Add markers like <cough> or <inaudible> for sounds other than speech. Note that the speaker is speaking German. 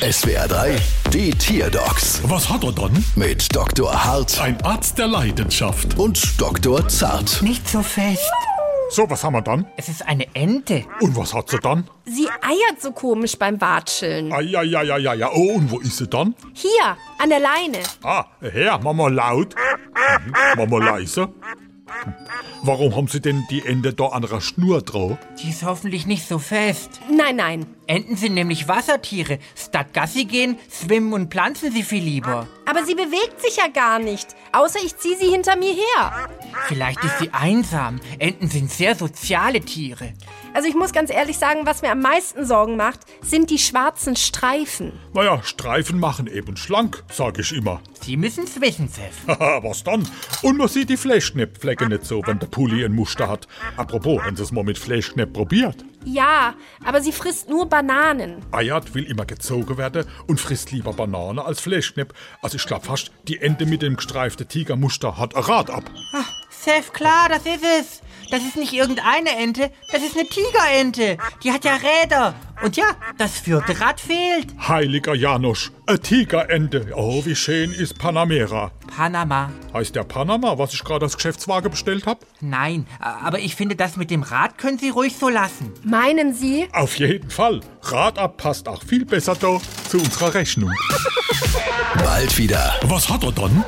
SWR 3, die Tierdocs Was hat er dann? mit Dr. Hart Ein Arzt der Leidenschaft. und Dr. Zart. Nicht so fest. So, was haben wir dann? Es ist eine Ente. Und was hat sie dann? Sie eiert so komisch beim Watscheln. ja. Oh, und wo ist sie dann? Hier, an der Leine. Ah, her, mach mal laut. Mhm, Mach mal leise. Hm. Warum haben sie denn die Ende da an der Schnur drauf? Die ist hoffentlich nicht so fest. Nein, nein. Enten sind nämlich Wassertiere. Statt Gassi gehen, schwimmen und pflanzen sie viel lieber. Aber sie bewegt sich ja gar nicht. Außer ich ziehe sie hinter mir her. Vielleicht ist sie einsam. Enten sind sehr soziale Tiere. Also ich muss ganz ehrlich sagen, was mir am meisten Sorgen macht, sind die schwarzen Streifen. Naja, Streifen machen eben schlank, sag ich immer. Sie müssen's wissen, Seth. Haha, <laughs> was dann? Und man sieht die Fleischknepp-Flecke nicht so, wenn der Pulli ein Muster hat. Apropos, haben sie es mal mit Fleischknepp probiert? Ja, aber sie frisst nur Bananen. Eiert will immer gezogen werden und frisst lieber Banane als Fleischknepp. Also ich glaub fast, die Ente mit dem gestreiften Tigermuster hat ein Rad ab. Seth, klar, das ist es. Das ist nicht irgendeine Ente, das ist eine Tigerente. Die hat ja Räder. Und ja, das vierte Rad fehlt. Heiliger Janusz, eine Tigerente. Oh, wie schön ist Panamera. Panama. Heißt der Panama, was ich gerade als Geschäftswagen bestellt hab? Nein, aber ich finde, das mit dem Rad können Sie ruhig so lassen. Meinen Sie? Auf jeden Fall. Rad ab passt auch viel besser da zu unserer Rechnung. Bald wieder. Was hat er dann?